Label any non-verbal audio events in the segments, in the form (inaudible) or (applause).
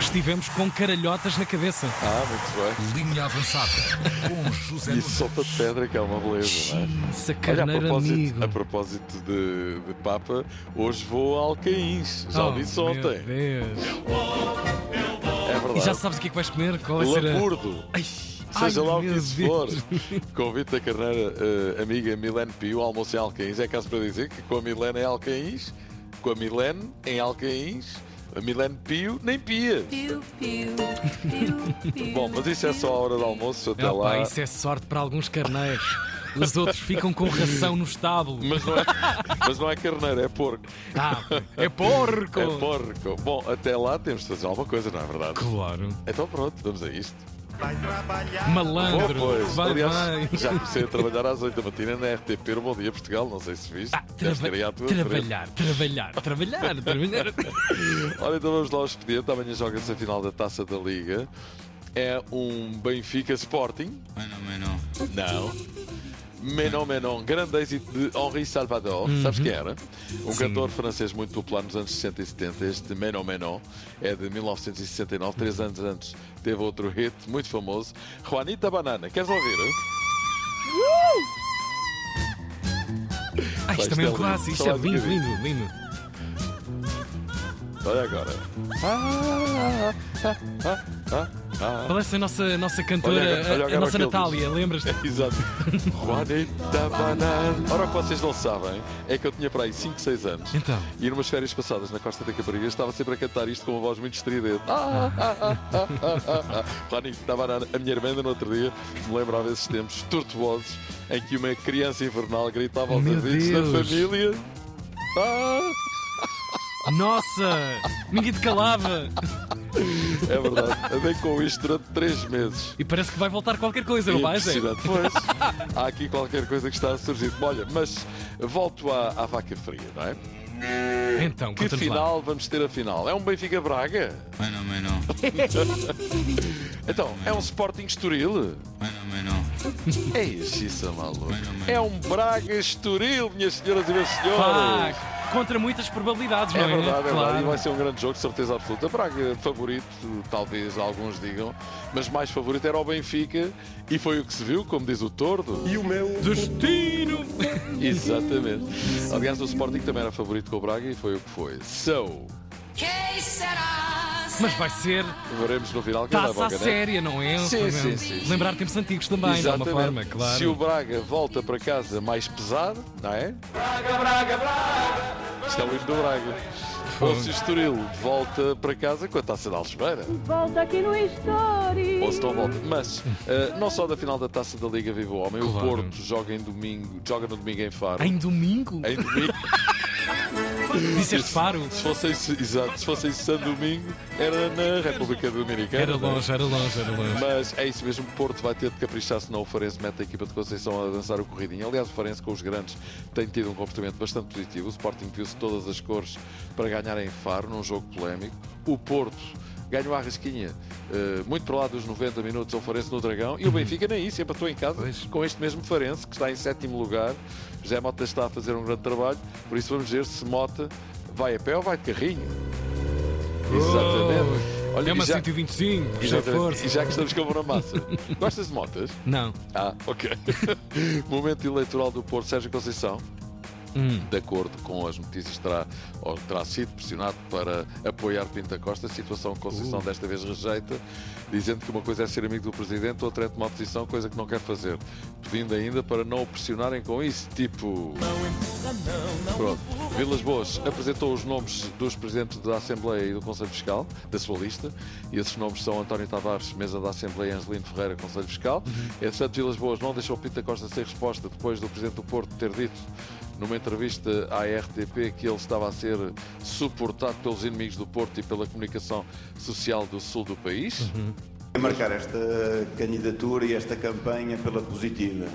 estivemos com caralhotas na cabeça. Ah, muito Linha avançada com José bem. E Nunes. isso solta de pedra que é uma beleza, não é? Nossa, Olha, a carneiro amigo. propósito, a propósito de, de Papa, hoje vou a Alcaíns. Já o disse Oh, meu ontem. Deus. É verdade. E já sabes o que é que vais comer? Qual vai ser a... Laburdo. Ai, Seja ai, lá o que meu isso for, Deus. convido a carneira eh, amiga Milene Pio, ao almoço em Alcaíns. É caso para dizer que com a Milene em Alcaíns, com a Milene em Alcaíns, a Milene Pio nem pia. Piu, piu, piu, (laughs) piu. Bom, mas isso é só a hora do almoço, até Ah, pá, lá. isso é sorte para alguns carneiros. Os outros ficam com ração no estábulo. Mas, não é, (laughs) mas não é carneira, é porco. Ah, é porco! É porco. Bom, até lá temos de fazer alguma coisa, não é verdade? Claro. Então pronto, vamos a isto. Malandro. Bom, pois. Vai, Aliás, vai. Ah, já comecei a trabalhar às 8 da matina na RTP no Bom Dia Portugal, não sei se viste. Ah, Deves traba- ter aí à tua frente. trabalhar, trabalhar, trabalhar, trabalhar. Olha, então vamos lá ao expediente. Amanhã joga-se a final da Taça da Liga. É um Benfica Sporting. Não. Menon Menon, grande êxito de Henri Salvador, sabes quem era? Um cantor francês muito popular nos anos 60 e 70. Este Menon Menon é de 1969, três anos antes teve outro hit muito famoso, Juanita Banana. Queres ouvir? Ah, isto também é um clássico, isto é lindo, lindo, lindo. Olha agora. Ah, ah, ah, ah, ah. Parece é a nossa, nossa cantora, Olha agora- olha a agora nossa aquele Natália, disco. lembras-te? Exato. Juanita Banana. Ora, o que vocês não sabem é que eu tinha para aí 5, 6 anos. Então. E numas férias passadas na Costa da Capariga estava sempre a cantar isto com uma voz muito estridente. Ah, ah, ah, ah, ah, ah, ah. Juanita Banana. A minha irmã ainda no outro dia me lembrava desses tempos tortuosos em que uma criança infernal gritava aos Meu amigos da Deus. família. Ah, Nossa! Ninguém te calava! é verdade. Andei com isto durante 3 meses. E parece que vai voltar qualquer coisa, não é? vai, Zé? Impressionante. Pois, há aqui qualquer coisa que está a surgir. Bom, Olha, mas volto à, à vaca fria, não é? Então, Que conta-nos lá. final vamos ter a final? É um Benfica Braga? Bueno, bueno, Então, é um Sporting Estoril? bueno, bueno, É isso, isso é maluco. bueno, bueno. É um Braga Estoril, minhas senhoras e meus senhores. Pá, contra muitas probabilidades, É não é? verdade, é claro. verdade. E vai ser um grande jogo, de certeza absoluta. Braga, favorito, talvez alguns digam, mas mais favorito era o Benfica e foi o que se viu, como diz o Tordo. Destino! Exatamente. Aliás, o Sporting também era favorito com o Braga e foi o que foi. So, Quem será? Mas vai ser veremos no final quem taça leva à o caneco. séria, não é? Sim, Fernando? sim, sim, sim. Lembrar tempos antigos também, de alguma forma, claro. Se o Braga volta para casa mais pesado, não é? Braga, Braga, Braga! Isto é o hino do Braga. Ou se o Estoril volta para casa com a taça da Algebeira. Volta aqui no História. Ou se não volta. Mas, eh, não só da final da taça da Liga Viva o Homem, Claro. o Porto joga em domingo, joga no domingo em Faro. Em domingo? Em (laughs) domingo. Disseste faro? Se fosse, em- exato, se fosse em São Domingo, era na República Dominicana. Era não é? longe, era longe, era longe. Mas é isso mesmo, Porto vai ter de caprichar, senão o Farense mete a equipa de Conceição a dançar o corridinho. Aliás, o Farense com os grandes tem tido um comportamento bastante positivo. O Sporting viu-se todas as cores para ganhar em Faro, num jogo polémico. O Porto ganhou a risquinha eh, muito para lá dos 90 minutos ao Farense no Dragão e o Benfica nem isso, empatou em casa Pois. com este mesmo Farense, que está em sétimo lugar. José Mota está a fazer um grande trabalho, por isso vamos ver se Mota vai a pé ou vai de carrinho. Exatamente. Olha, é uma e já- 125, já Exatamente. força. E já que estamos com a Bruno massa, gostas de motas? Não. Ah, (laughs) ok. Momento eleitoral do Porto, Sérgio Conceição, Hum. de acordo com as notícias, terá, ou terá sido pressionado para apoiar Pinto da Costa, situação que Conceição desta vez rejeita, dizendo que uma coisa é ser amigo do Presidente, outra é tomar posição, coisa que não quer fazer, pedindo ainda para não o pressionarem com isso, tipo... Pronto. Vilas Boas apresentou os nomes dos presidentes da Assembleia e do Conselho Fiscal, da sua lista, e esses nomes são António Tavares, mesa da Assembleia, e Angelino Ferreira, Conselho Fiscal. Entretanto, Vilas Boas não deixou Pinto da Costa sem resposta depois do presidente do Porto ter dito numa entrevista à RTP que ele estava a ser suportado pelos inimigos do Porto e pela comunicação social do sul do país. A É marcar esta candidatura e esta campanha pela positiva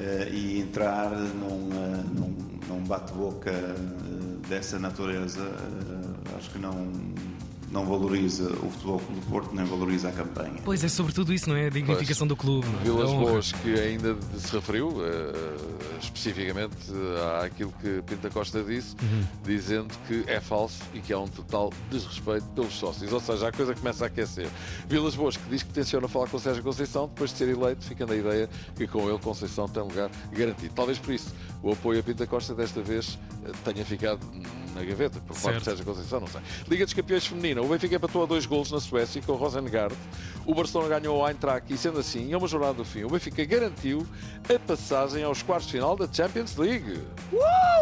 eh, e entrar num, eh, num- num bate-boca eh, dessa natureza, eh, acho que não, não valoriza o Futebol Clube do Porto, nem valoriza a campanha. Pois é, sobretudo isso, não é? A dignificação do clube. não é? Vilas A honra. Boas, que ainda de- se referiu eh, especificamente eh, àquilo que Pinta Costa disse, dizendo que é falso e que há um total desrespeito pelos sócios. Ou seja, a coisa começa a aquecer. Vilas Boas, que diz que tenciona falar com Sérgio Conceição, depois de ser eleito, fica na ideia que com ele Conceição tem lugar garantido. Talvez por isso o apoio a Pinta Costa desta vez eh, tenha ficado na gaveta, por parte de Certo. Sérgio Conceição, não sei. Liga dos Campeões Feminina, o Benfica empatou a dois golos na Suécia com o Rosengard. O Barcelona ganhou o Eintracht e, sendo assim, a uma jornada do fim, o Benfica garantiu a passagem aos quartos de final da Champions League.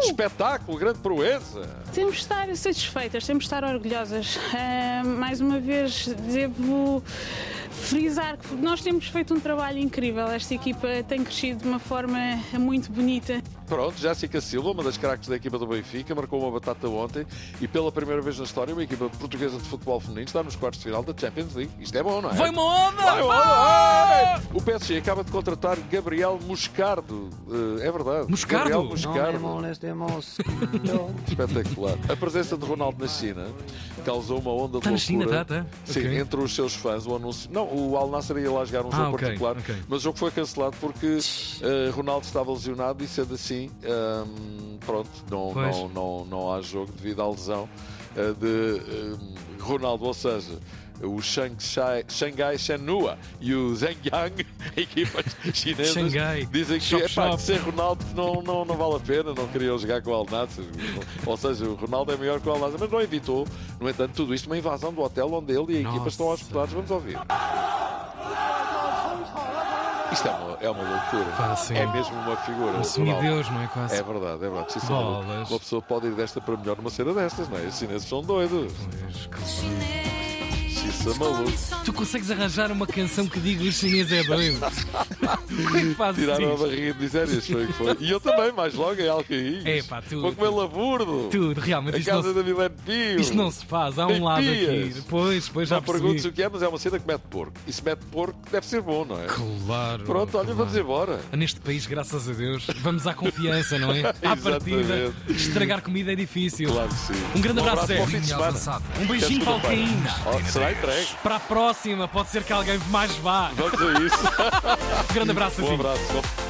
Espetáculo, grande proeza! Temos de estar satisfeitas, temos de estar orgulhosas. Ah, mais uma vez, devo frisar que nós temos feito um trabalho incrível. Esta equipa tem crescido de uma forma muito bonita. Pronto, Jéssica Silva, uma das craques da equipa do Benfica, marcou uma batata ontem e, pela primeira vez na história, uma equipa portuguesa de futebol feminino está nos quartos de final da Champions League. Isto é bom, não é? Vai uma onda! Vai, vai, vai! O PSG acaba de contratar Gabriel Moscardo. Eh, É verdade. Moscardo? Gabriel Não Moscardo. Espetacular. A presença de Ronaldo na China causou uma onda Está de na loucura. China, tá, tá. Sim, Ok. entre os seus fãs, o anúncio. Não, o Al Nassr ia lá jogar um Ah, jogo ok, particular, ok. mas o jogo foi cancelado porque eh, Ronaldo estava lesionado e, sendo assim, hum, pronto, não, Pois. não, não, não há jogo devido à lesão eh, de hum, Ronaldo, ou seja. O Shanghai, Shanghai Shenhua e o Zhengyang, (laughs) equipas chinesas, Shanghai. dizem que Shop, é pá, shop. ser Ronaldo não, não, não vale a pena, não queriam jogar com o Al Nassr. Ou seja, o Ronaldo é melhor que o Al Nassr, mas não evitou, no entanto, tudo isto uma invasão do hotel onde ele e a equipa Nossa. estão hospedados. Vamos ouvir. Isto é uma, é uma loucura. Pá, sim. É mesmo uma figura. Um o Ronaldo. semideus, não é? Quase. É verdade, é verdade. Sim, senhor. Bolas. uma pessoa pode ir desta para melhor numa cena destas, não é? Os chineses são doidos. Pois, que- Isso é maluco. Tu consegues arranjar uma canção que diga o chinês é doido? Como é que fazes Tiraram a isso? barriga de misérias, foi o que foi. E eu também, mais logo, em Alcaíz. É, pá, tu- Vou comer laburdo. Tudo, realmente, A isto não, casa se, da Milene Pio. isto não se faz. Há um lado aqui. Mentiras. Pois, pois já Já pergunto-se o percebi. que é, mas é uma cena que mete porco. E se mete porco, deve ser bom, não é? Claro. Pronto, olha, claro. vamos embora. Neste país, graças a Deus, vamos à confiança, não (laughs) é? À partida, Exatamente. estragar comida é difícil. Claro que sim. Um grande abraço, para o fim de Zé. Linha semana. avançada. Um beijinho para o Até segunda-feira. Caína. Oh, (laughs) será entregue? Para a próxima, pode ser que alguém mais vá. Vamos a isso. Grande abraço, Um assim. abraço.